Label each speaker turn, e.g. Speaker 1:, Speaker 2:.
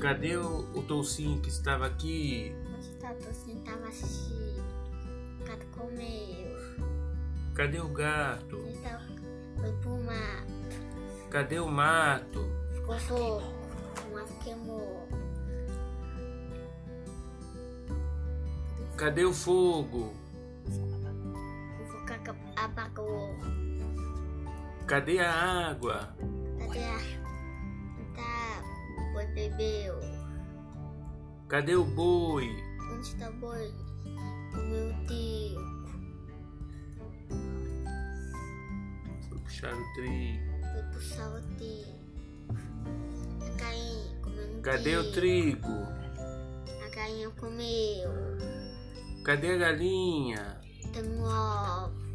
Speaker 1: cadê o, o toucinho que estava aqui?
Speaker 2: Onde tá Tocinho? Tava assistindo. O gato comeu.
Speaker 1: Cadê o gato?
Speaker 2: Ele tava, então, foi pro mar.
Speaker 1: Cadê o mato?
Speaker 2: Ficou um pouco. O mato queimou.
Speaker 1: Cadê o fogo?
Speaker 2: O um focaca apagou.
Speaker 1: Cadê a água?
Speaker 2: Cadê a... Tá... Foi bebeu.
Speaker 1: Cadê o boi?
Speaker 2: Onde tá o boi? O meu tio.
Speaker 1: Foi puxar o trigo.
Speaker 2: Foi puxar o tio. A galinha comendo
Speaker 1: Cadê o trigo?
Speaker 2: A galinha comeu. tá
Speaker 1: Cadê a galinha?
Speaker 2: Tem um ovo.